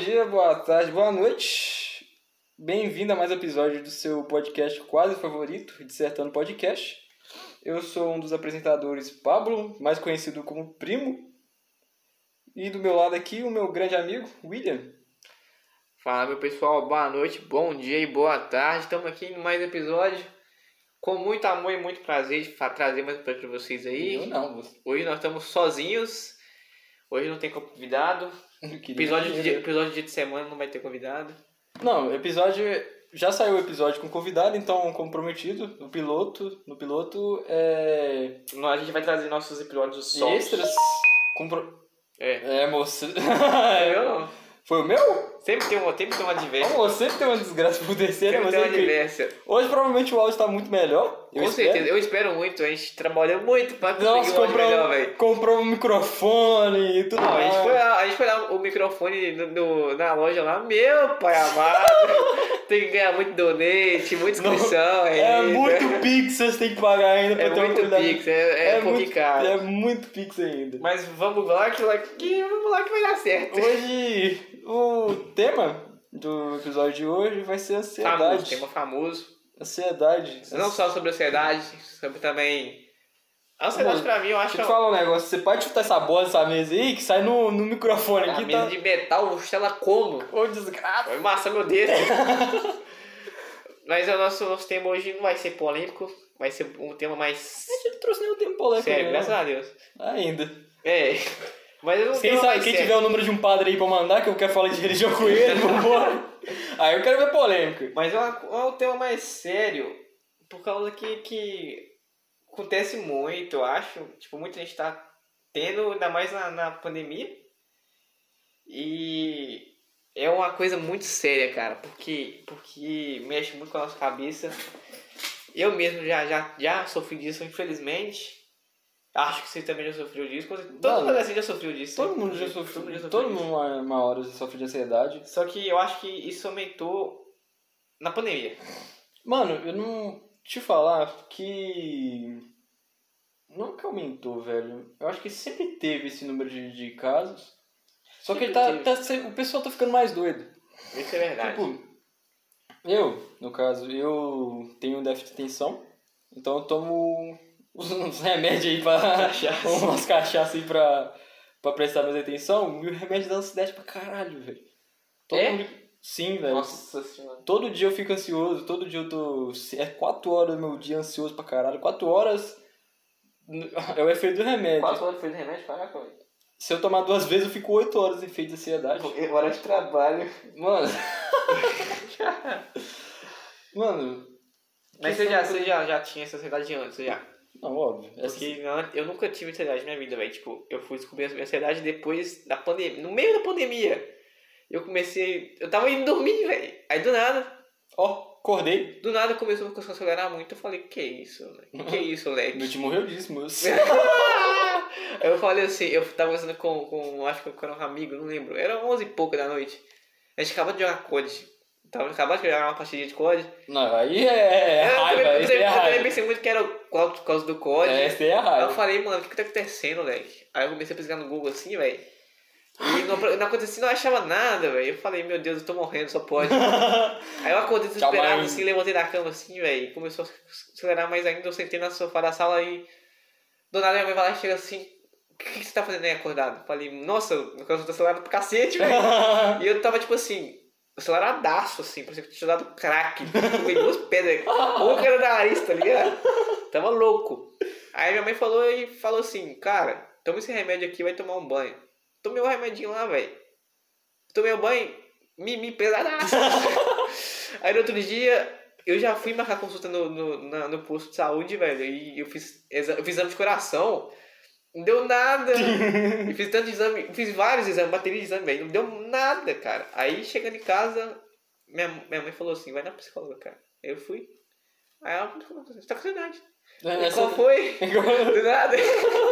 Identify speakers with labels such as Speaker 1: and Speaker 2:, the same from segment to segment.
Speaker 1: dia, boa tarde, boa noite. Bem-vindo a mais um episódio do seu podcast quase favorito, Dissertando Podcast. Eu sou um dos apresentadores, Pablo, mais conhecido como Primo. E do meu lado aqui, o meu grande amigo, William.
Speaker 2: Fala meu pessoal, boa noite, bom dia e boa tarde. Estamos aqui em mais episódio. Com muito amor e muito prazer de fa- trazer mais para vocês aí.
Speaker 1: Eu não, você.
Speaker 2: Hoje nós estamos sozinhos. Hoje não tem convidado.
Speaker 1: Eu queria-
Speaker 2: Episódio de, dia- episódio de dia de semana não vai ter convidado.
Speaker 1: Não, episódio. Já saiu o episódio com convidado, então, comprometido, no piloto. No piloto é.
Speaker 2: Nós- A gente vai trazer nossos episódios só.
Speaker 1: Extras. Compro...
Speaker 2: É.
Speaker 1: É, moça.
Speaker 2: Eu não.
Speaker 1: Foi o meu?
Speaker 2: Sempre tem uma, sempre tem uma adversa.
Speaker 1: Como sempre tem uma desgraça por descer, né?
Speaker 2: Sempre
Speaker 1: Mas
Speaker 2: tem uma
Speaker 1: enfim.
Speaker 2: adversa.
Speaker 1: Hoje provavelmente o áudio tá muito melhor.
Speaker 2: Com certeza. Eu espero muito. A gente trabalhou muito para conseguir
Speaker 1: Nós
Speaker 2: um áudio melhor, velho.
Speaker 1: compramos, compramos um microfone e tudo
Speaker 2: Não, a
Speaker 1: mais.
Speaker 2: gente foi lá, a gente foi lá o microfone no, no- na loja lá, meu pai amado, tem que ganhar muito donate, muita
Speaker 1: Não,
Speaker 2: inscrição, é,
Speaker 1: É
Speaker 2: isso.
Speaker 1: muito pix, vocês têm que pagar ainda pra
Speaker 2: é
Speaker 1: ter uma
Speaker 2: muito
Speaker 1: qualidade.
Speaker 2: pix, é, é,
Speaker 1: muito-
Speaker 2: complicado.
Speaker 1: É muito pix ainda.
Speaker 2: Mas vamos lá que, lá que vamos lá que vai dar certo.
Speaker 1: Hoje, o tema do episódio de hoje vai ser
Speaker 2: Famoso,
Speaker 1: ansiedade.
Speaker 2: tema famoso.
Speaker 1: Ansiedade.
Speaker 2: Não só sobre ansiedade, sobre também. A ansiedade
Speaker 1: Amor,
Speaker 2: pra mim, eu
Speaker 1: Deixa
Speaker 2: acho que
Speaker 1: eu
Speaker 2: é
Speaker 1: te falar um negócio. Você pode chutar essa bola dessa mesa aí que sai no, no microfone
Speaker 2: uma
Speaker 1: aqui,
Speaker 2: mesa
Speaker 1: tá?
Speaker 2: de metal, ela como?
Speaker 1: Ô, desgraça.
Speaker 2: Vai maçar meu dedo.
Speaker 1: É.
Speaker 2: Mas o nosso, nosso tema hoje não vai ser polêmico, vai ser um tema mais
Speaker 1: A gente não trouxe nenhum tempo polêmico.
Speaker 2: Sério,
Speaker 1: né?
Speaker 2: graças a Deus.
Speaker 1: Ainda.
Speaker 2: É. Mas eu não
Speaker 1: Quem,
Speaker 2: tenho
Speaker 1: sabe-
Speaker 2: mais
Speaker 1: quem
Speaker 2: sério.
Speaker 1: tiver o número de um padre aí pra mandar, que eu quero falar de religião com ele, vambora. Aí eu quero ver polêmica.
Speaker 2: Mas é, uma- é um tema mais sério. Por causa que, que acontece muito, eu acho. Tipo, muita gente tá tendo, ainda mais na, na pandemia. E é uma coisa muito séria, cara. Porque, porque mexe muito com a nossa cabeça. Eu mesmo já, já, já sofri disso, infelizmente. Acho que você também já sofreu disso. Todo
Speaker 1: Mano,
Speaker 2: mundo assim já sofreu disso.
Speaker 1: Todo mundo já
Speaker 2: Todo
Speaker 1: sofreu.
Speaker 2: sofreu
Speaker 1: Todo
Speaker 2: disso.
Speaker 1: mundo uma, uma hora já sofre de ansiedade.
Speaker 2: Só que eu acho que isso aumentou na pandemia.
Speaker 1: Mano, eu não te falar que. Não que aumentou, velho. Eu acho que sempre teve esse número de, de casos. Só que ele tá,
Speaker 2: Sempre
Speaker 1: tá se- o pessoal tá ficando mais doido.
Speaker 2: Isso é verdade.
Speaker 1: Tipo, eu, no caso, eu tenho um déficit de atenção, então eu tomo uns, uns remédios aí pra.
Speaker 2: Cachaça.
Speaker 1: umas cachaças aí pra, pra prestar mais atenção, e o remédio dá ansiedade pra caralho, velho. Todo
Speaker 2: É?
Speaker 1: mundo- Sim, velho.
Speaker 2: Nossa senhora.
Speaker 1: Todo dia eu fico ansioso, todo dia eu tô. É 4 horas do meu dia ansioso pra caralho. 4 horas é o efeito do remédio.
Speaker 2: Quatro horas foi de remédio, caraca, velho.
Speaker 1: Se eu tomar duas vezes, eu fico 8 horas em efeito de ansiedade.
Speaker 2: Tipo, Hora de trabalho.
Speaker 1: Mano. Mano.
Speaker 2: Mas você já, você já, já tinha essa ansiedade antes, já.
Speaker 1: Não, óbvio. Essa-
Speaker 2: Porque na- eu nunca tive ansiedade na minha vida, velho. Tipo, eu fui descobrir a minha ansiedade depois da pandemia. No meio da pandemia. Eu comecei. Eu tava indo dormir, velho. Aí do nada,
Speaker 1: Ó, acordei.
Speaker 2: do nada começou a acelerar muito. Então Eu falei, que isso, velho? Que é isso, leque?
Speaker 1: Meu tio morreu disso, moço.
Speaker 2: Eu falei assim, eu tava conversando com, com acho que era um amigo, não lembro. Era 11 e pouco da noite. A gente acabou de jogar COD. Tava acabado de jogar uma partida de COD.
Speaker 1: Não, aí é, é
Speaker 2: eu
Speaker 1: raiva,
Speaker 2: também,
Speaker 1: esse aí é
Speaker 2: eu também
Speaker 1: raiva.
Speaker 2: pensei muito que era por causa- por causa do COD.
Speaker 1: É, esse aí é
Speaker 2: Aí eu
Speaker 1: raiva.
Speaker 2: falei, mano, o que que tá acontecendo, moleque? Aí eu comecei a pesquisar no Google assim, velho. E não, apro- não acontecia, não achava nada, velho. Eu falei, meu Deus, eu tô morrendo, só pode. Aí eu acordei
Speaker 1: Tchau,
Speaker 2: desesperado,
Speaker 1: mãe.
Speaker 2: assim, levantei da cama, assim, velho. Começou a acelerar mais ainda. Eu sentei na sofá da sala e. Do nada minha mãe vai lá e chega assim: O que, que você tá fazendo aí acordado? Eu falei, nossa, meu coração tá acelerado pro cacete, velho. e eu tava tipo assim. Aceleradaço, assim, parecia que eu tinha dado crack. Tomei duas pedras, boca no nariz, tá ligado? Tava louco. Aí minha mãe falou e falou assim, cara, toma esse remédio aqui, vai tomar um banho. Tomei um remedinho lá, velho. Tomei o banho, mimi pesadaço. Aí no outro dia, eu já fui marcar consulta no, no, na- no posto de saúde, velho. E eu fiz, exa- eu fiz exame de coração. Não deu nada. eu fiz tanto exame, fiz vários exames, bateria de exame, velho. Não deu nada, cara. Aí chegando em casa, minha, minha mãe falou assim, vai na psicóloga, cara. Eu fui. Aí ela falou, você tá com ansiedade.
Speaker 1: É,
Speaker 2: Qual foi? Do nada.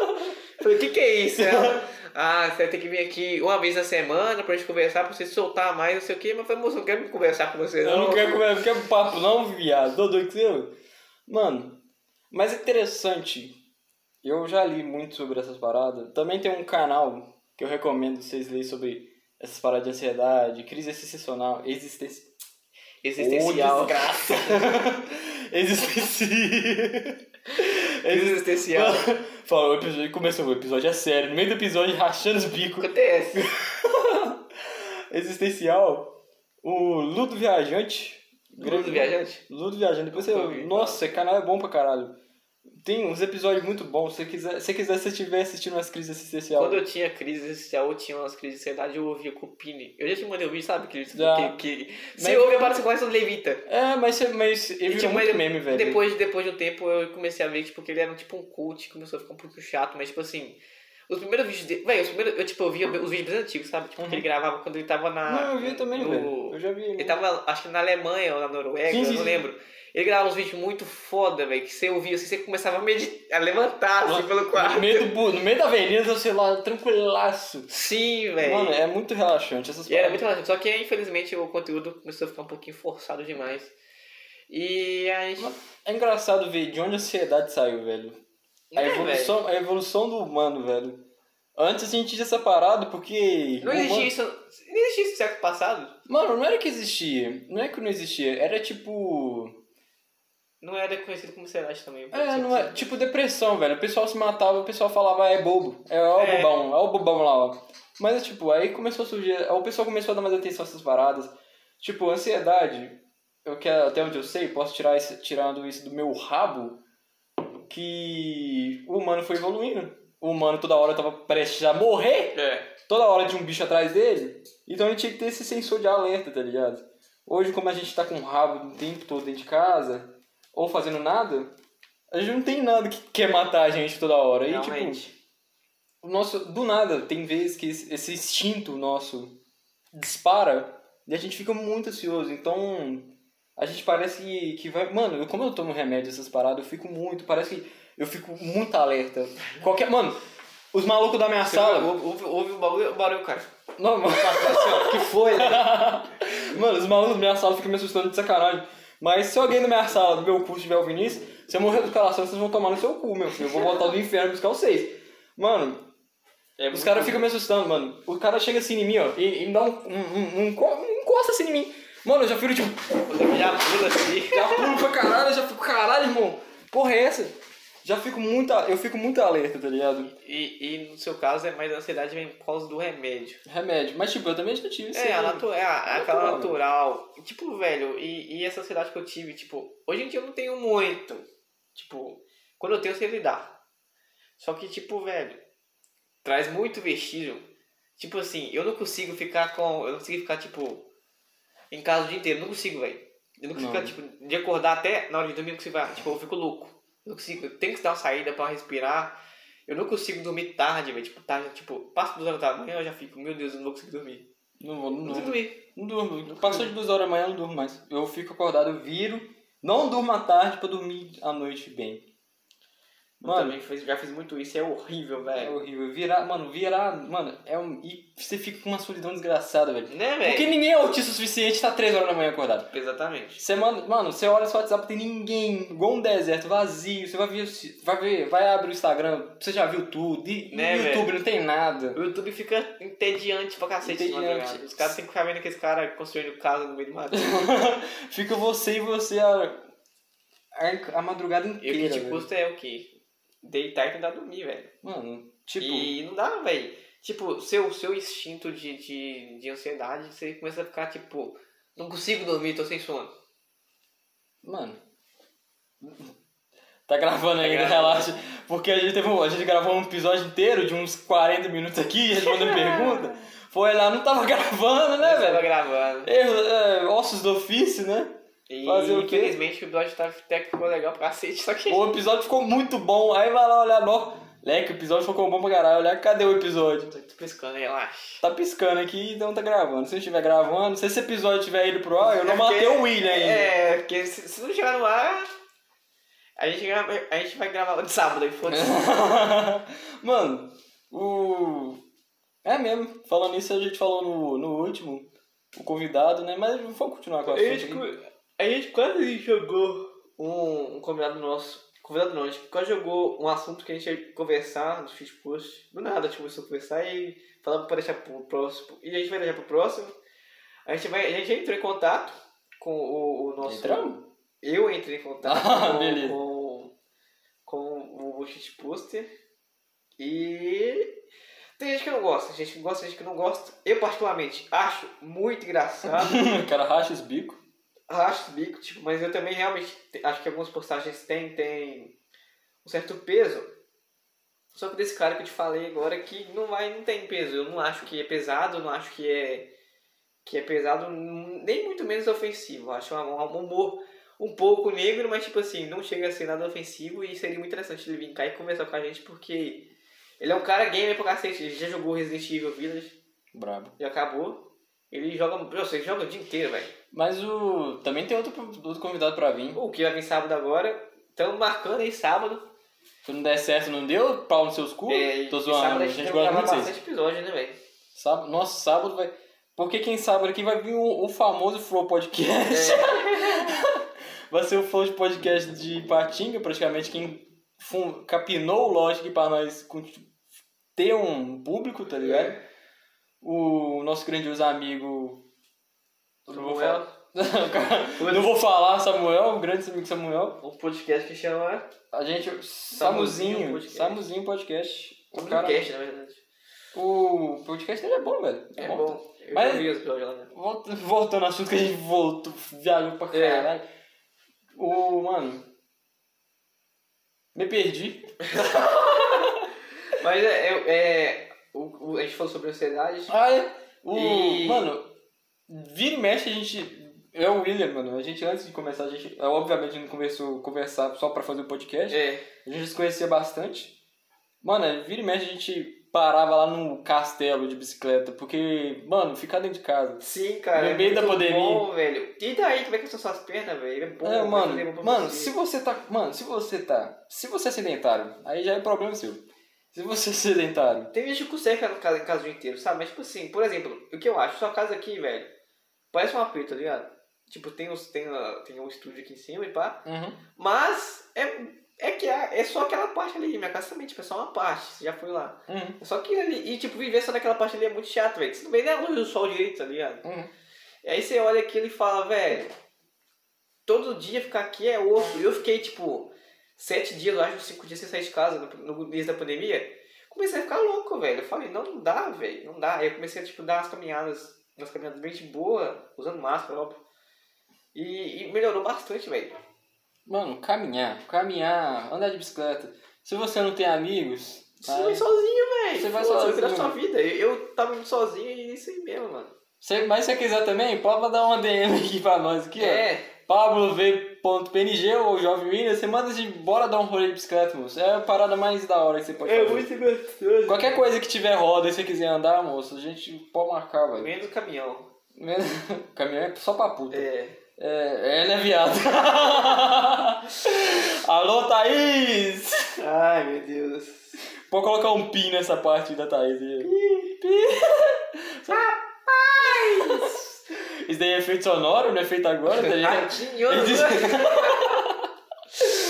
Speaker 2: Falei, o que que é isso? Ela, ah, você vai ter que vir aqui uma vez na semana pra gente conversar, pra você soltar mais, não sei o quê. Mas eu falei, moço, eu não quero conversar com você, não.
Speaker 1: Eu não quero comer, não quero papo não, viado. Tô doido que você. Mano, mas é interessante. Eu já li muito sobre essas paradas. Também tem um canal que eu recomendo vocês lerem sobre essas paradas de ansiedade, crise existencial, existencial.
Speaker 2: Existencial.
Speaker 1: Ô, desgraça. Existencial.
Speaker 2: Existencial.
Speaker 1: Fala, o episódio começou, o episódio é sério. No meio do episódio, rachando os bicos.
Speaker 2: Acontece.
Speaker 1: Existencial, o Ludo Viajante.
Speaker 2: Grupo do viajante?
Speaker 1: Ludo Viajante. Depois
Speaker 2: Nunca ouvi.
Speaker 1: você... Nossa, esse canal é bom pra caralho. Tem uns episódios muito bons. Se você quiser, se você quiser, se você estiver assistindo umas crises existencial.
Speaker 2: Quando eu tinha crise existencial, eu tinha umas crises de ansiedade, eu ouvia Cupini. Eu já te mandei um vídeo, sabe? Que,
Speaker 1: Já.
Speaker 2: que, que,
Speaker 1: Mas-
Speaker 2: se ouve, agora você conhece o Levita.
Speaker 1: É, mas, você- mas ele virou
Speaker 2: tipo,
Speaker 1: muito
Speaker 2: ele-
Speaker 1: meme, velho.
Speaker 2: Depois, depois de um tempo eu comecei a ver, tipo, que ele era tipo um cult, começou a ficar um pouco chato, mas tipo assim. Os primeiros vídeos dele. Véi, os primeiros. Eu tipo, eu via os vídeos mais antigos, sabe? Tipo,
Speaker 1: Uhum.
Speaker 2: que ele gravava quando ele tava na.
Speaker 1: Não, eu vi também,
Speaker 2: no-
Speaker 1: velho. Eu já vi.
Speaker 2: Ele tava, acho que na Alemanha ou na Noruega,
Speaker 1: Sim,
Speaker 2: eu
Speaker 1: sim,
Speaker 2: não
Speaker 1: sim.
Speaker 2: lembro. Ele gravava uns vídeos muito foda, velho, que você ouvia assim, você começava a, medit- a levantar assim
Speaker 1: Nossa,
Speaker 2: pelo quarto.
Speaker 1: No meio, do, bu- no meio da avenida, sei lá, tranquilaço.
Speaker 2: Sim, velho.
Speaker 1: Mano, é muito relaxante essas
Speaker 2: E era muito relativo. Só que infelizmente o conteúdo começou a ficar um pouquinho forçado demais. E a gente.
Speaker 1: Mas- É engraçado ver de onde a ansiedade saiu, velho. A
Speaker 2: É,
Speaker 1: evolução, a evolução do humano, velho. Antes a gente tinha separado porque.
Speaker 2: velho. Não
Speaker 1: o
Speaker 2: existia
Speaker 1: humano-
Speaker 2: isso. Não existia isso no século passado.
Speaker 1: Mano, não era que existia. Não é que não existia. Era tipo.
Speaker 2: Não era conhecido como Serate também. pode
Speaker 1: É,
Speaker 2: ser
Speaker 1: não
Speaker 2: que
Speaker 1: é.
Speaker 2: seja.
Speaker 1: Tipo depressão, velho. O pessoal se matava, o pessoal falava, "Ah, é bobo. É, ó, o
Speaker 2: É.
Speaker 1: bobão, ó, o bobão lá, ó. Mas, tipo, aí começou a surgir. aí O pessoal começou a dar mais atenção a essas paradas. Tipo, ansiedade. Eu quero, até onde eu sei, posso tirar isso, tirando isso do meu rabo. Que o humano foi evoluindo. O humano toda hora tava prestes a morrer
Speaker 2: É.
Speaker 1: toda hora de um bicho atrás dele, então ele tinha que ter esse sensor de alerta, tá ligado? Hoje, como a gente tá com o rabo o tempo todo dentro de casa, ou fazendo nada, a gente não tem nada que quer matar a gente toda hora. E, tipo,
Speaker 2: Realmente.
Speaker 1: o nosso, do nada, tem vezes que esse esse instinto nosso dispara e a gente fica muito ansioso. Então, a gente parece que- que vai. Mano, eu, como eu tomo remédio, essas paradas, eu fico muito. Parece que eu fico muito alerta. Qualquer. Mano, os malucos da minha
Speaker 2: Você
Speaker 1: sala.
Speaker 2: ouve- Ouve,
Speaker 1: um
Speaker 2: ouve o barulho, o barulho, cara.
Speaker 1: Não, mano, que foi? mano, os malucos da minha sala ficam me assustando de sacanagem. Mas se alguém da minha sala, do meu curso, tiver ouvindo isso, se eu morrer do coração, vocês vão tomar no seu cu, meu filho. Eu vou voltar do inferno buscar vocês. Mano,
Speaker 2: É
Speaker 1: os
Speaker 2: muito-
Speaker 1: caras ficam me assustando, mano. O cara chega assim em mim, ó, e, e me dá um, um, um- um enco- um encosta assim em mim. Mano, eu já fico tipo,
Speaker 2: Eu Já pula assim.
Speaker 1: já pulo pra caralho, eu já fico, caralho, irmão. Porra é essa? Já fico muito, a- eu fico muito alerta, tá ligado?
Speaker 2: E, e no seu caso é mais a ansiedade mesmo por causa do remédio.
Speaker 1: Remédio. Mas, tipo, eu também já tive.
Speaker 2: É, a natu é a- aquela
Speaker 1: Natural.
Speaker 2: natural. E, Tipo, velho, e, e essa ansiedade que eu tive, tipo, hoje em dia eu não tenho muito. Tipo, quando eu tenho, eu sei lidar. Só que, tipo, velho, traz muito vestígio. Tipo assim, eu não consigo ficar com. Eu não consigo ficar, tipo, em casa o dia inteiro. Eu não consigo, velho. Eu não consigo
Speaker 1: Não.
Speaker 2: ficar, tipo, de acordar até na hora de dormir, eu não consigo, vai, tipo, eu fico louco. Eu não consigo, eu tenho que dar uma saída pra respirar. Eu não consigo dormir tarde, velho. Tipo, tarde, tipo, passa duas horas da manhã, eu já fico, meu Deus, eu não vou conseguir dormir.
Speaker 1: Não vou, não
Speaker 2: Não
Speaker 1: vou.
Speaker 2: sei dormir.
Speaker 1: Não durmo. Passou de duas horas da manhã, eu não durmo mais. Eu fico acordado, eu viro. Não durmo à tarde pra dormir à noite bem.
Speaker 2: Eu
Speaker 1: Mano,
Speaker 2: também fiz- já fiz muito isso, é horrível,
Speaker 1: é
Speaker 2: velho.
Speaker 1: horrível. Virar, mano, virar, mano, é um. E você fica com uma solidão desgraçada, velho.
Speaker 2: Né,
Speaker 1: Porque
Speaker 2: velho?
Speaker 1: ninguém é autista o suficiente tá três horas da manhã acordado.
Speaker 2: Exatamente.
Speaker 1: Você manda, mano, você olha seu WhatsApp, tem ninguém, igual um deserto, vazio. Você vai ver, o- vai ver, vai abrir o Instagram, você já viu tudo. E
Speaker 2: Né,
Speaker 1: no
Speaker 2: velho?
Speaker 1: YouTube não tem nada.
Speaker 2: O YouTube fica entediante pra cacete, de
Speaker 1: Entediante.
Speaker 2: madrugada. Os caras têm que ficar vendo aqueles caras construindo casa no meio do mato.
Speaker 1: fica você e você a, a, a madrugada
Speaker 2: E o
Speaker 1: inteira.
Speaker 2: que te
Speaker 1: velho.
Speaker 2: custa é o quê? Deitar e tentar dormir, velho.
Speaker 1: Mano, tipo.
Speaker 2: E não dá, velho. Tipo, seu, seu instinto de, de, de ansiedade, você começa a ficar tipo, não consigo dormir, tô sem sono.
Speaker 1: Mano. Tá gravando ainda,
Speaker 2: gravando.
Speaker 1: relaxa. Porque a gente, teve um- a gente gravou um episódio inteiro de uns 40 minutos aqui, respondendo pergunta. Foi lá, não tava gravando, né,
Speaker 2: Você tava
Speaker 1: velho?
Speaker 2: gravando.
Speaker 1: Erro, é, ossos do ofício, né?
Speaker 2: E
Speaker 1: Fazer o quê?
Speaker 2: infelizmente o episódio tá, até que ficou legal pra cacete, só que.
Speaker 1: O episódio ficou muito bom. Aí vai lá olhar, nó. Leque, o episódio ficou bom pra caralho. Olha, cadê o episódio?
Speaker 2: Tô, tô piscando, relaxa.
Speaker 1: Tá piscando aqui, então tá gravando. Se não estiver gravando, se esse episódio tiver ido pro ar, eu não
Speaker 2: É
Speaker 1: matei
Speaker 2: porque-
Speaker 1: o William ainda.
Speaker 2: É, porque se, se não chegar no ar, a gente, grava, a gente vai gravar de sábado aí, foda-se.
Speaker 1: Mano, o. É mesmo, falando isso, a gente falou no, no último, o convidado, né? Mas vamos continuar com a
Speaker 2: A gente, co- a gente quase jogou um, um combinado nosso Convidado não, a gente quase jogou um assunto que a gente ia conversar no feed post. Do nada, a gente começou a conversar e falamos pra deixar pro próximo. E a gente vai deixar pro próximo. A gente, vai, a gente entrou em contato com o, o nosso.
Speaker 1: Entramos?
Speaker 2: Eu entrei em contato
Speaker 1: Ah,
Speaker 2: com,
Speaker 1: beleza.
Speaker 2: com, com o Shit Poster. E tem gente que não gosta, gente que gosta, gente que não gosta. Eu, particularmente, acho muito engraçado.
Speaker 1: o cara racha os bicos.
Speaker 2: acho os bico, tipo, mas eu também realmente te- acho que algumas postagens têm, têm um certo peso. Só que desse cara que eu te falei agora que não vai, não tem peso. Eu não acho que é pesado, não acho que é que é pesado, nem muito menos ofensivo. Eu Acho um, um humor um pouco negro, mas tipo assim, não chega a ser nada ofensivo e seria muito interessante ele vir cá e conversar com a gente porque ele é um cara gamer pra cacete, ele já jogou Resident Evil Village,
Speaker 1: Brabo.
Speaker 2: já acabou. Ele joga, nossa, ele joga o dia inteiro, velho.
Speaker 1: Mas o. Também tem outro, outro convidado pra vir.
Speaker 2: O que vai vir sábado agora? Estamos marcando aí sábado.
Speaker 1: Se não der certo, não deu? Pau nos seus cu?
Speaker 2: É, e
Speaker 1: Tô
Speaker 2: sábado
Speaker 1: zoando, a
Speaker 2: gente
Speaker 1: gente
Speaker 2: vai
Speaker 1: gosta
Speaker 2: gravar
Speaker 1: muito de vocês.
Speaker 2: bastante episódio, né, velho?
Speaker 1: Sábado, nossa, sábado vai. Porque quem sabe aqui vai vir o, o famoso Flow
Speaker 2: É.
Speaker 1: Podcast. vai ser o Flow de Podcast de Patinga, praticamente quem fun- capinou o Logic pra nós conti- ter um público, tá ligado?
Speaker 2: É.
Speaker 1: O nosso grandioso amigo.
Speaker 2: Tudo
Speaker 1: Não
Speaker 2: bom,
Speaker 1: vou falar.
Speaker 2: Léo?
Speaker 1: Não vou falar, Samuel, o grande amigo Samuel.
Speaker 2: Um podcast que chama
Speaker 1: A gente. Samuzinho.
Speaker 2: Podcast.
Speaker 1: Samuzinho Podcast. O, cara,
Speaker 2: Podcast, na verdade.
Speaker 1: o podcast dele é bom, velho.
Speaker 2: É bom. Eu
Speaker 1: Mas-
Speaker 2: já vi os episódios lá, né?
Speaker 1: Volta- Voltando ao assunto que a gente voltou, viajou pra
Speaker 2: É.
Speaker 1: caralho. Ô, mano. Me perdi.
Speaker 2: Mas é, é, é, o- o- a gente falou sobre ansiedade.
Speaker 1: Ai, o,
Speaker 2: E-
Speaker 1: Mano, vira e mexe a gente. É o William, mano. A gente, antes de começar, a gente. é, Obviamente, não começou a conversar só pra fazer o podcast.
Speaker 2: É,
Speaker 1: A gente se conhecia bastante. Mano, vira e mexe a gente parava lá no castelo de bicicleta. Porque, mano, ficar dentro de casa.
Speaker 2: sim, cara.
Speaker 1: No meio
Speaker 2: é
Speaker 1: da
Speaker 2: muito
Speaker 1: pandemia.
Speaker 2: Bom, velho. E daí, como é que são suas pernas, velho? É bom,
Speaker 1: É,
Speaker 2: vai fazer bom
Speaker 1: mano,
Speaker 2: pra
Speaker 1: mano,
Speaker 2: você.
Speaker 1: se você tá. Mano, se você tá. Se você é sedentário, aí já é problema seu. Se você é sedentário.
Speaker 2: Tem gente que consegue ficar em casa, em casa o dia inteiro, sabe? Mas, tipo assim, por exemplo, o que eu acho? Sua casa aqui, velho, parece um apito, tá ligado? Tipo, tem, os, tem, a- tem um estúdio aqui em cima e pá. Mas é, é que é, é só aquela parte ali. Minha casa também, tipo, é só uma parte. Você já foi lá.
Speaker 1: Uhum.
Speaker 2: É só que ali. E, tipo, viver só naquela parte ali é muito chato, velho. Você não vê nem a luz do sol direito, tá ligado?
Speaker 1: Uhum.
Speaker 2: E aí você olha aquilo e fala, velho, todo dia ficar aqui é osso. E eu fiquei, tipo, sete dias, eu acho, cinco dias sem sair de casa no, no início da pandemia. Comecei a ficar louco, velho. Eu falei, não, não dá, velho, não dá. Aí eu comecei a, tipo, dar umas caminhadas, umas caminhadas bem de boa, usando máscara, óbvio. E, e melhorou bastante, velho.
Speaker 1: Mano, caminhar. Caminhar, andar de bicicleta. Se você não tem amigos.
Speaker 2: Você
Speaker 1: aí-
Speaker 2: vai sozinho, velho.
Speaker 1: Ah, é. Você vai
Speaker 2: Pô,
Speaker 1: sozinho.
Speaker 2: cuidar da sua vida. Eu, eu tava muito sozinho e é isso aí mesmo, mano.
Speaker 1: Você- mas se você quiser também, pode mandar uma DM aqui pra nós aqui, ó.
Speaker 2: é,
Speaker 1: PabloV.png ou Jovem William, você manda assim, bora dar um rolê de bicicleta, moço. É a parada mais da hora que você pode
Speaker 2: é
Speaker 1: fazer.
Speaker 2: muito gostoso.
Speaker 1: Qualquer coisa que tiver roda e você quiser andar, moço, a gente pode marcar, velho.
Speaker 2: Menos caminhão.
Speaker 1: Caminhão é só pra puta.
Speaker 2: É.
Speaker 1: É, ela é viado. Alô, Thaís!
Speaker 2: Ai, meu Deus.
Speaker 1: Pode colocar um pi nessa parte da Thaís. aí. Só- Isso daí é efeito sonoro, não é feito agora? Tá ligado?
Speaker 2: Ratinho!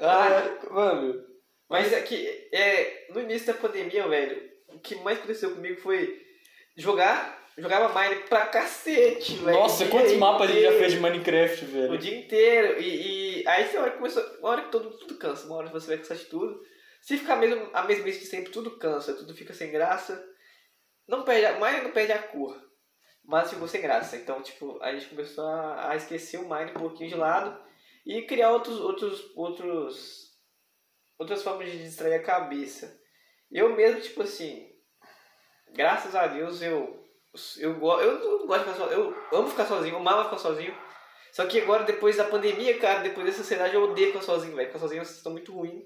Speaker 2: Ah,
Speaker 1: Ah, mano.
Speaker 2: mas é que é, no início da pandemia, velho, o que mais aconteceu comigo foi jogar, jogava Mine pra cacete, velho.
Speaker 1: Nossa,
Speaker 2: o
Speaker 1: quantos
Speaker 2: dia
Speaker 1: mapas a gente já
Speaker 2: inteiro,
Speaker 1: fez de Minecraft,
Speaker 2: O
Speaker 1: velho?
Speaker 2: dia inteiro. E, e aí você hora que começou. Uma hora que todo mundo tudo cansa, uma hora que você vai cansar de tudo. Se ficar mesmo, a mesma vez de sempre, tudo cansa, tudo fica sem graça. Não perde a, Mine não perde a cor. Mas ficou sem graça. Então, tipo, a gente começou a, a esquecer o Mine um pouquinho de lado e criar outros, outros, outros, outras formas de distrair a cabeça. Eu mesmo, tipo assim, graças a Deus eu eu, go- eu não gosto de ficar sozinho, eu amo ficar sozinho, eu amava ficar sozinho. Só que agora, depois da pandemia, cara, depois dessa ansiedade, eu odeio ficar sozinho, velho. Ficar sozinho é uma sensação muito ruim.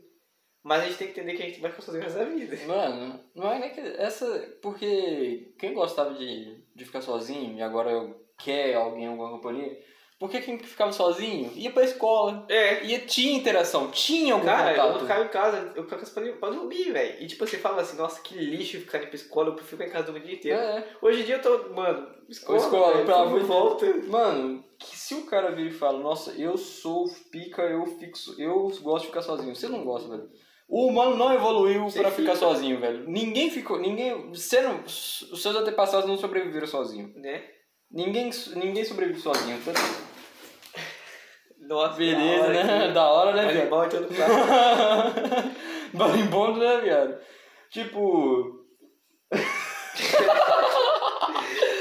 Speaker 2: Mas a gente tem que entender que a gente vai ficar sozinho nessa vida.
Speaker 1: Mano, não é nem que essa. Porque quem gostava de, de ficar sozinho e agora quer alguém, alguma companhia, Porque quem ficava sozinho ia pra escola.
Speaker 2: É.
Speaker 1: E tinha interação, tinha algum
Speaker 2: Então, Cara, eu
Speaker 1: contato.
Speaker 2: ficava em casa, eu ficava em casa pra, pra dormir, velho. E tipo, você fala assim, nossa, que lixo ficar indo pra escola, eu prefiro ficar em casa dormir o dia inteiro.
Speaker 1: É.
Speaker 2: Hoje em dia eu tô, mano, escola,
Speaker 1: Escola,
Speaker 2: velho,
Speaker 1: pra
Speaker 2: todo mundo
Speaker 1: muito-
Speaker 2: volta.
Speaker 1: Mano, que se o cara vir e fala, nossa, eu sou pica, eu fixo, eu gosto de ficar sozinho. Você não gosta, velho. O humano não evoluiu
Speaker 2: Você
Speaker 1: pra ficar
Speaker 2: fica.
Speaker 1: sozinho, velho. Ninguém ficou, ninguém, você não, os seus antepassados não sobreviveram sozinho.
Speaker 2: Né?
Speaker 1: Ninguém, ninguém sobrevive sozinho. Então,
Speaker 2: Nossa,
Speaker 1: beleza,
Speaker 2: da hora
Speaker 1: né?
Speaker 2: que-
Speaker 1: Da hora, né, velho?
Speaker 2: Animal de todo lado.
Speaker 1: Marimbondo, né, viado? Tipo,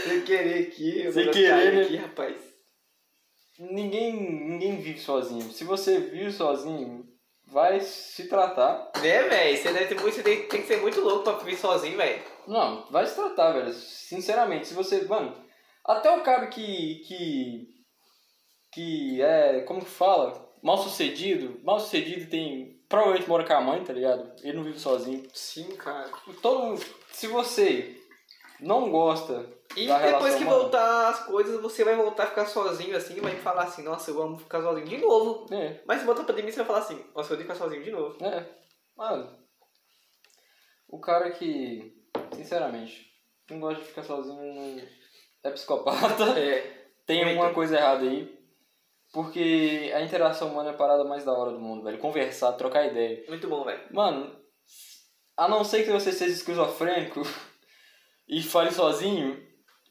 Speaker 2: Sem querer aqui, eu
Speaker 1: Sem
Speaker 2: vou
Speaker 1: querer,
Speaker 2: sair
Speaker 1: né?
Speaker 2: aqui, rapaz.
Speaker 1: ninguém, ninguém vive sozinho. Se você vive sozinho, vai se tratar.
Speaker 2: Né, velho? Você deve ter muito. Você tem, tem que ser muito louco pra vir sozinho, velho.
Speaker 1: Não, vai se tratar, velho. Sinceramente, se você. Mano, até o cara que. que. que é. como que fala? Mal sucedido. Mal sucedido tem. provavelmente mora com a mãe, tá ligado? Ele não vive sozinho.
Speaker 2: Sim, cara.
Speaker 1: Todo mundo. Se você não gosta
Speaker 2: E
Speaker 1: Da
Speaker 2: depois
Speaker 1: relação
Speaker 2: que
Speaker 1: humana.
Speaker 2: voltar as coisas, você vai voltar a ficar sozinho assim e vai falar assim, nossa, eu amo ficar sozinho de novo.
Speaker 1: É,
Speaker 2: Mas se voltar a pandemia, você vai falar assim, nossa, eu odeio ficar sozinho de novo.
Speaker 1: é. Mano, o cara que, sinceramente, não gosta de ficar sozinho não- é psicopata.
Speaker 2: É.
Speaker 1: Tem
Speaker 2: Muito.
Speaker 1: alguma coisa errada aí. Porque a interação humana é a parada mais da hora do mundo, velho. Conversar, trocar ideia.
Speaker 2: Muito bom, velho.
Speaker 1: Mano, a não ser que você seja esquizofrênico e fale sozinho,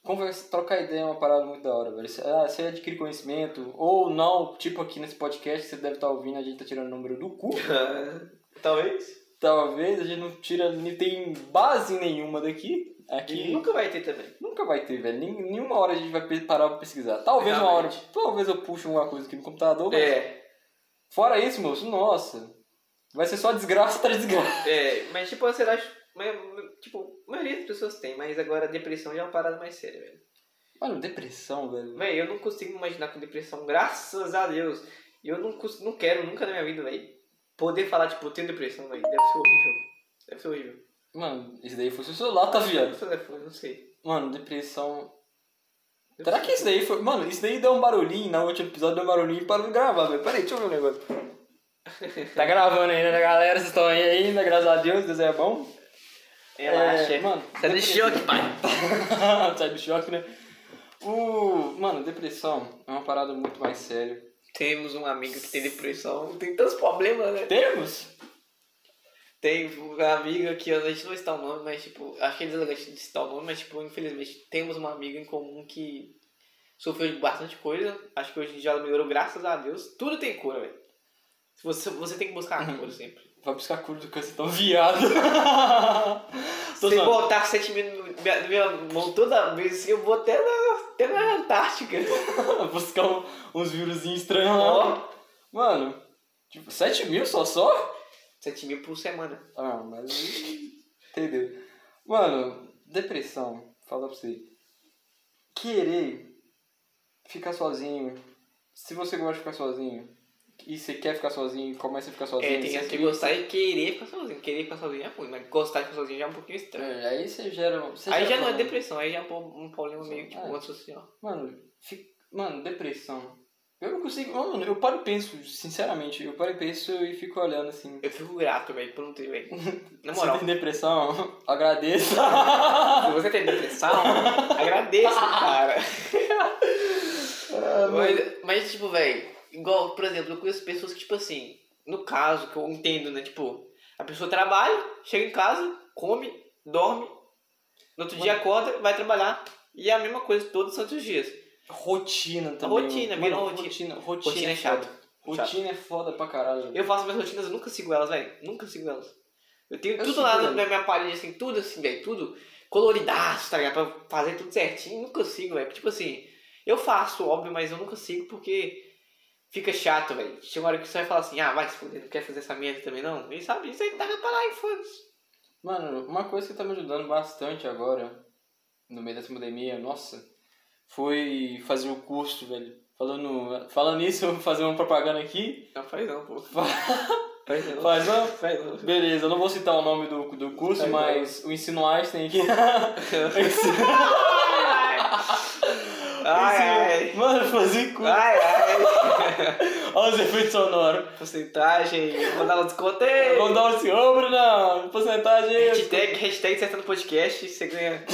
Speaker 1: conversa, trocar ideia é uma parada muito da hora, velho. Você- ah, Você adquire conhecimento, ou não, tipo aqui nesse podcast, você deve estar ouvindo, a gente tá tirando o número do cu.
Speaker 2: Talvez.
Speaker 1: Talvez a gente não tira, não tem base nenhuma daqui.
Speaker 2: E
Speaker 1: Aqui
Speaker 2: nunca vai ter também.
Speaker 1: nunca vai ter, velho. Nem- Nenhuma hora a gente vai pe- parar pra pesquisar. Talvez uma hora,
Speaker 2: Realmente.
Speaker 1: talvez eu puxe alguma coisa aqui no computador. mas
Speaker 2: É,
Speaker 1: Fora isso, moço, nossa. Vai ser só desgraça atrás de desgraça.
Speaker 2: é. Mas tipo, você acha. mas, Tipo, a maioria das pessoas tem, mas agora a depressão já é uma parada mais séria, velho.
Speaker 1: Mano, depressão, velho.
Speaker 2: Véi, eu não consigo me imaginar com depressão, graças a Deus. E eu não, cons- não quero nunca na minha vida, véi. Poder falar, tipo, eu tenho depressão, véi. Deve ser horrível. Deve ser horrível. é
Speaker 1: Mano, isso daí foi seu celular, tá
Speaker 2: Eu não
Speaker 1: viado?
Speaker 2: sei, eu não sei.
Speaker 1: Mano, depressão.
Speaker 2: Eu
Speaker 1: Será
Speaker 2: sei.
Speaker 1: que isso daí foi. Mano, isso daí deu um barulhinho na último episódio, deu um barulhinho e parou de gravar, velho. Peraí, deixa eu ver um negócio. Tá gravando ainda, né, galera? Vocês estão aí ainda, graças a Deus, Deus é bom.
Speaker 2: Relaxa.
Speaker 1: É, mano,
Speaker 2: Sai do choque, pai.
Speaker 1: Sai do choque, né? O... Mano, depressão é uma parada muito mais séria.
Speaker 2: Temos um amigo que tem depressão. Tem tantos problemas, né?
Speaker 1: Temos?
Speaker 2: Tem uma amiga que a gente não está o nome, mas tipo, acho que eles elegante de citar o nome, mas tipo, infelizmente temos uma amiga em comum que sofreu de bastante coisa. Acho que hoje em dia ela melhorou, graças a Deus. Tudo tem cura, velho. Você, você tem que buscar a cura sempre.
Speaker 1: Vai buscar a cura do câncer tão viado. Tô
Speaker 2: Se
Speaker 1: zoando.
Speaker 2: botar 7 mil na minha, minha mão toda vez, assim, eu vou até na, até na Antártica.
Speaker 1: buscar um- uns vírusinhos estranhos lá.
Speaker 2: Ó,
Speaker 1: Mano, tipo, 7 mil só só?
Speaker 2: 7 mil por semana.
Speaker 1: Ah, mas. Entendeu? Mano, depressão, fala pra você. Querer ficar sozinho. Se você gosta de ficar sozinho e você quer ficar sozinho, começa a ficar sozinho.
Speaker 2: É, tem
Speaker 1: você
Speaker 2: gente que gostar e querer ficar sozinho. Querer ficar sozinho é ruim, mas gostar de ficar sozinho já é um pouquinho estranho.
Speaker 1: É, Aí você gera. Você
Speaker 2: Aí
Speaker 1: gera
Speaker 2: já não é
Speaker 1: problema.
Speaker 2: depressão, aí já é um po- um problema meio tipo
Speaker 1: É.
Speaker 2: antissocial.
Speaker 1: Mano, fi- mano, depressão. Eu não consigo. Mano, eu paro e penso, sinceramente. Eu paro e penso e fico olhando assim.
Speaker 2: Eu fico grato, velho, por não ter, velho. Na
Speaker 1: Você
Speaker 2: moral,
Speaker 1: tem depressão? Agradeço.
Speaker 2: se você tem depressão, agradeço, cara. mas, mas, tipo, velho, igual, por exemplo, eu conheço pessoas que, tipo assim, no caso, que eu entendo, né? Tipo, a pessoa trabalha, chega em casa, come, dorme, no outro dia acorda, vai trabalhar. E é a mesma coisa todos os santos dias.
Speaker 1: Rotina também.
Speaker 2: Rotina,
Speaker 1: mano.
Speaker 2: vira
Speaker 1: Mano, rotina.
Speaker 2: rotina. Rotina
Speaker 1: foda.
Speaker 2: é chato.
Speaker 1: Rotina é foda pra caralho.
Speaker 2: Eu faço minhas rotinas, eu nunca sigo elas, velho. Nunca sigo elas. Eu tenho
Speaker 1: Eu
Speaker 2: tudo
Speaker 1: sigo
Speaker 2: lá na
Speaker 1: elas.
Speaker 2: na minha parede, assim, tudo assim, velho. Tudo coloridaço, tá ligado? Pra fazer tudo certinho. Nunca sigo, velho. Tipo assim, eu faço, óbvio, mas eu nunca sigo porque fica chato, velho. Chega uma hora que você vai falar assim, ah, vai se fuder, não quer fazer essa merda também, não? E sabe, isso aí tá pra lá e foda-se.
Speaker 1: Mano, uma coisa que tá me ajudando bastante agora, no meio dessa pandemia, nossa, foi fazer o curso, velho. Falando, falando isso, eu vou fazer uma propaganda aqui.
Speaker 2: Não faz não, pô. Faz não.
Speaker 1: Faz não?
Speaker 2: Faz não.
Speaker 1: Beleza, eu não vou citar o nome do, do curso,
Speaker 2: Tá
Speaker 1: mas é o ensino Einstein aqui.
Speaker 2: Ai, ai.
Speaker 1: Mano, fazer cu.
Speaker 2: Ai, ai.
Speaker 1: Olha os efeitos sonoros.
Speaker 2: Porcentagem, mandar um desconto. ei.
Speaker 1: Vamos dar um ombro, não. Porcentagem.
Speaker 2: Hashtag, hashtag acertando podcast, você ganha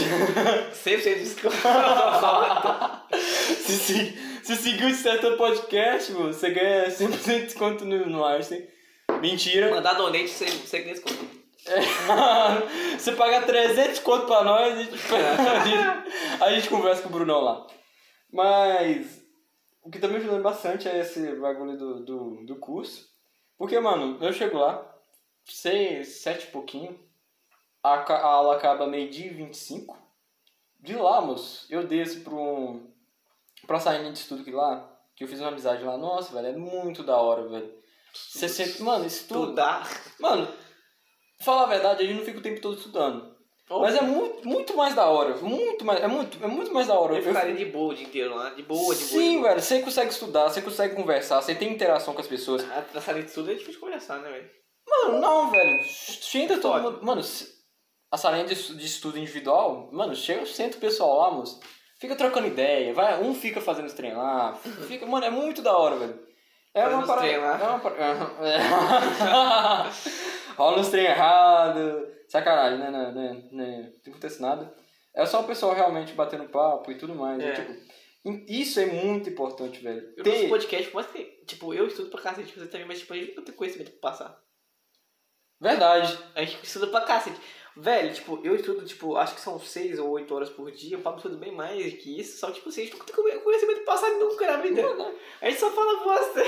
Speaker 2: 100% de desconto. Tá
Speaker 1: Se, se, se seguir o certo podcast, mano, você ganha 100% de desconto no, no Einstein. Mentira.
Speaker 2: Mandar donate, você, você ganha desconto.
Speaker 1: você paga 300 conto pra nós, a gente, a gente- a gente conversa com o Brunão lá. Mas o que tá me ajudando bastante é esse bagulho do, do, do curso. Porque, mano, eu chego lá, seis, sete e pouquinho, a, ca- a aula acaba meio-dia e 25. De lá, moço, eu desço pra um. pra saída de estudo que lá, que eu fiz uma amizade lá. Nossa, velho, é muito da hora, velho. Você sempre. Mano, estuda.
Speaker 2: Estudar.
Speaker 1: Mano, falar a verdade, a gente não fica o tempo todo estudando. Mas é muito, muito mais da hora. Muito mais, é muito, é muito mais da hora.
Speaker 2: Eu
Speaker 1: Eu-
Speaker 2: ficaria de boa o dia inteiro lá, de boa, de boa.
Speaker 1: Sim, velho, você consegue estudar, você consegue conversar, você tem interação com as pessoas.
Speaker 2: Ah, Na sala de estudo é difícil conversar, né, velho?
Speaker 1: Mano, não, velho. Senta todo
Speaker 2: Pode.
Speaker 1: mundo. Mano, se- a salinha de estu- de estudo individual, mano, chega, senta o pessoal lá, moço. Fica trocando ideia, vai, um fica fazendo os trem lá. Fica, mano, é muito da hora, velho. É
Speaker 2: Fazendo
Speaker 1: uma
Speaker 2: os
Speaker 1: parada.
Speaker 2: trem lá.
Speaker 1: É uma parada. Rola uns trem errado. Sacanagem, né? Não, não, não, não acontece nada. É só o pessoal realmente batendo papo e tudo mais. né?
Speaker 2: É.
Speaker 1: Tipo, isso é muito importante, velho.
Speaker 2: Eu
Speaker 1: Ter-
Speaker 2: faço podcast, por mais que, tipo, eu estudo pra cacete, você também, mas, tipo, a gente não tem conhecimento pra passar.
Speaker 1: Verdade.
Speaker 2: A gente estuda pra cacete. Velho, tipo, eu estudo, tipo, acho que são 6 ou 8 horas por dia, o Pablo estuda bem mais que isso, só, tipo, assim, a gente não tem conhecimento pra passar nunca na vida. A gente só fala bosta.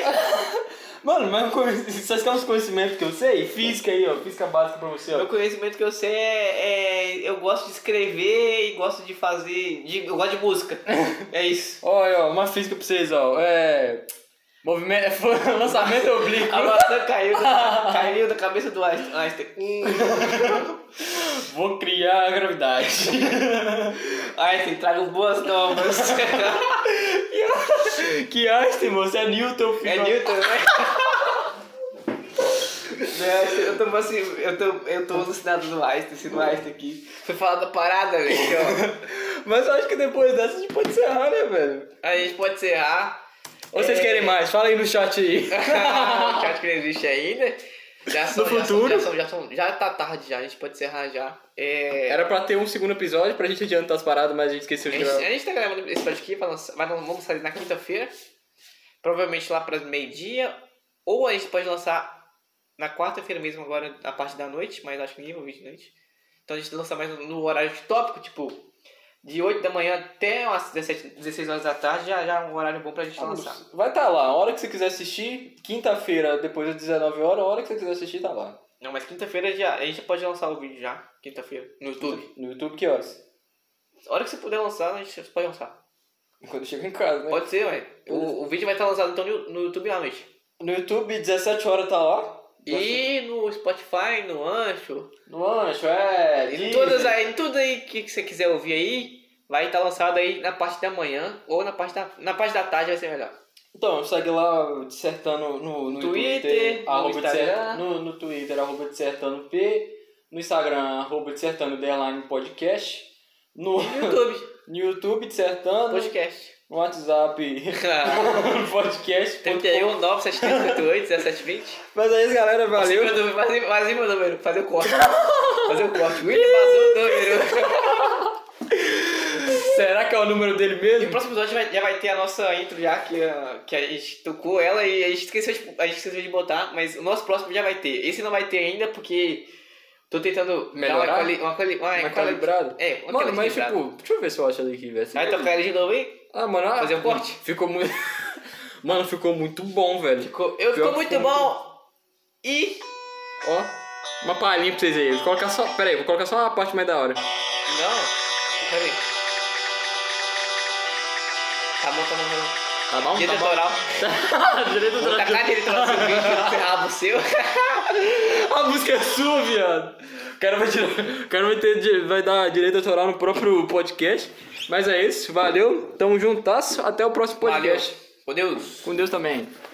Speaker 1: Mano, mas eu conhe- vocês querem uns conhecimentos que eu sei? Física aí, ó. Física básica pra você,
Speaker 2: Meu
Speaker 1: ó.
Speaker 2: conhecimento que eu sei é, é- Eu gosto de escrever e gosto de fazer. de- eu gosto de música. É isso.
Speaker 1: Olha, ó, uma física pra vocês, ó. É. Movimento. Lançamento oblíquo.
Speaker 2: A maçã caiu, da- caiu da cabeça do Einstein. Einstein. Hum.
Speaker 1: Vou criar a gravidade.
Speaker 2: Einstein, trago boas novas.
Speaker 1: que Einstein, moço? É Newton, filho.
Speaker 2: É Newton, né? Né, Einstein, Eu tô, assim, eu, tô, eu tô alucinado no Einstein, se no Einstein aqui. Foi falar da parada, né? velho. ó.
Speaker 1: Mas eu acho que depois dessa a gente pode encerrar, né, velho?
Speaker 2: A gente pode encerrar.
Speaker 1: Ou vocês
Speaker 2: É.
Speaker 1: querem mais? Fala aí no chat aí.
Speaker 2: o chat que não existe ainda. Já são,
Speaker 1: No
Speaker 2: já são-
Speaker 1: futuro.
Speaker 2: Já, são, já, são- já tá tarde já, a gente pode encerrar já. É,
Speaker 1: Era pra ter um segundo episódio pra gente adiantar as paradas, mas a gente
Speaker 2: a,
Speaker 1: esqueceu de
Speaker 2: gente,
Speaker 1: gravar.
Speaker 2: a gente tá gravando esse podcast aqui, pra lançar- vai lan- vamos sair na quinta-feira. Provavelmente lá para meio-dia. Ou a gente pode lançar na quarta-feira mesmo, agora, na parte da noite, mas acho que ninguém vai ouvir de noite. Então a gente lança mais no horário de tópico, tipo, de 8 da manhã até umas 17, 16 horas da tarde, já, já é um horário bom pra gente lançar.
Speaker 1: Vai tá lá, a hora que você quiser assistir, quinta-feira, depois das 19 horas, a hora que você quiser assistir, tá lá.
Speaker 2: Não, mas quinta-feira já, a gente pode lançar o vídeo já, quinta-feira, no YouTube.
Speaker 1: No YouTube, que horas?
Speaker 2: A hora que você puder lançar, a gente pode lançar.
Speaker 1: Quando eu chego em casa, né?
Speaker 2: Pode ser, ué. O, o vídeo vai estar lançado então no, no YouTube à noite.
Speaker 1: No YouTube, 17 horas tá lá.
Speaker 2: E no Spotify, no Ancho,
Speaker 1: No lanche, é.
Speaker 2: em
Speaker 1: Deezer.
Speaker 2: todas aí, em tudo aí que, que você quiser ouvir aí, vai estar lançado aí na parte da manhã ou na parte da, na parte da tarde vai ser melhor.
Speaker 1: Então, segue lá o dissertando no, no
Speaker 2: Twitter,
Speaker 1: YouTube,
Speaker 2: no
Speaker 1: arroba
Speaker 2: Instagram.
Speaker 1: Dissert- no, no Twitter, arroba dissertando P. No Instagram, arroba dissertando underline podcast. No,
Speaker 2: E no YouTube,
Speaker 1: no YouTube, dissertando.
Speaker 2: podcast.
Speaker 1: No WhatsApp, podcast.
Speaker 2: 31 973 1720.
Speaker 1: Mas é isso, galera.
Speaker 2: Fazer
Speaker 1: Valeu.
Speaker 2: meu número, fazer, fazer meu número, fazer o corte. Fazer o corte. William vazou o número.
Speaker 1: Será que é o número dele
Speaker 2: E o
Speaker 1: mesmo?
Speaker 2: próximo episódio vai- já vai ter a nossa intro já, que, ah, que a gente tocou ela e a gente, esqueceu de, a gente esqueceu de botar, mas o nosso próximo já vai ter. Esse não vai ter ainda, porque tô tentando
Speaker 1: Melhorar?
Speaker 2: dar uma, quali, uma, quali, uma,
Speaker 1: Mas
Speaker 2: quali-
Speaker 1: calibrado?
Speaker 2: É, uma
Speaker 1: Mano,
Speaker 2: quali-
Speaker 1: mas
Speaker 2: equilibrada.
Speaker 1: tipo, deixa eu ver se eu acho ele aqui, velho.
Speaker 2: Vai tocar ele de novo aí?
Speaker 1: Ah, mano, ah,
Speaker 2: Fazer um corte?
Speaker 1: Ficou muito. Mano, ficou muito bom, velho.
Speaker 2: Ficou, eu,
Speaker 1: Pior
Speaker 2: ficou
Speaker 1: que
Speaker 2: muito
Speaker 1: ficou
Speaker 2: bom! E...
Speaker 1: Ó, uma palhinha pra vocês aí. Vou colocar só. Pera aí, vou colocar só a parte mais da hora. Tá
Speaker 2: Não, peraí. Tá bom, tá bom, tá bom.
Speaker 1: Tá bom?
Speaker 2: Direito
Speaker 1: Tá
Speaker 2: autoral.
Speaker 1: bom. Direito
Speaker 2: Vou
Speaker 1: autoral.
Speaker 2: tacar direito autoral seu então, assim, vídeo, no rabo seu.
Speaker 1: A música é sua, viado. O cara vai, tirar... o cara vai, ter... di- vai dar direito autoral no próprio podcast. Mas é isso, valeu. Tamo juntasso. Até o próximo
Speaker 2: Valeu.
Speaker 1: podcast.
Speaker 2: Com Deus.
Speaker 1: Com Deus também.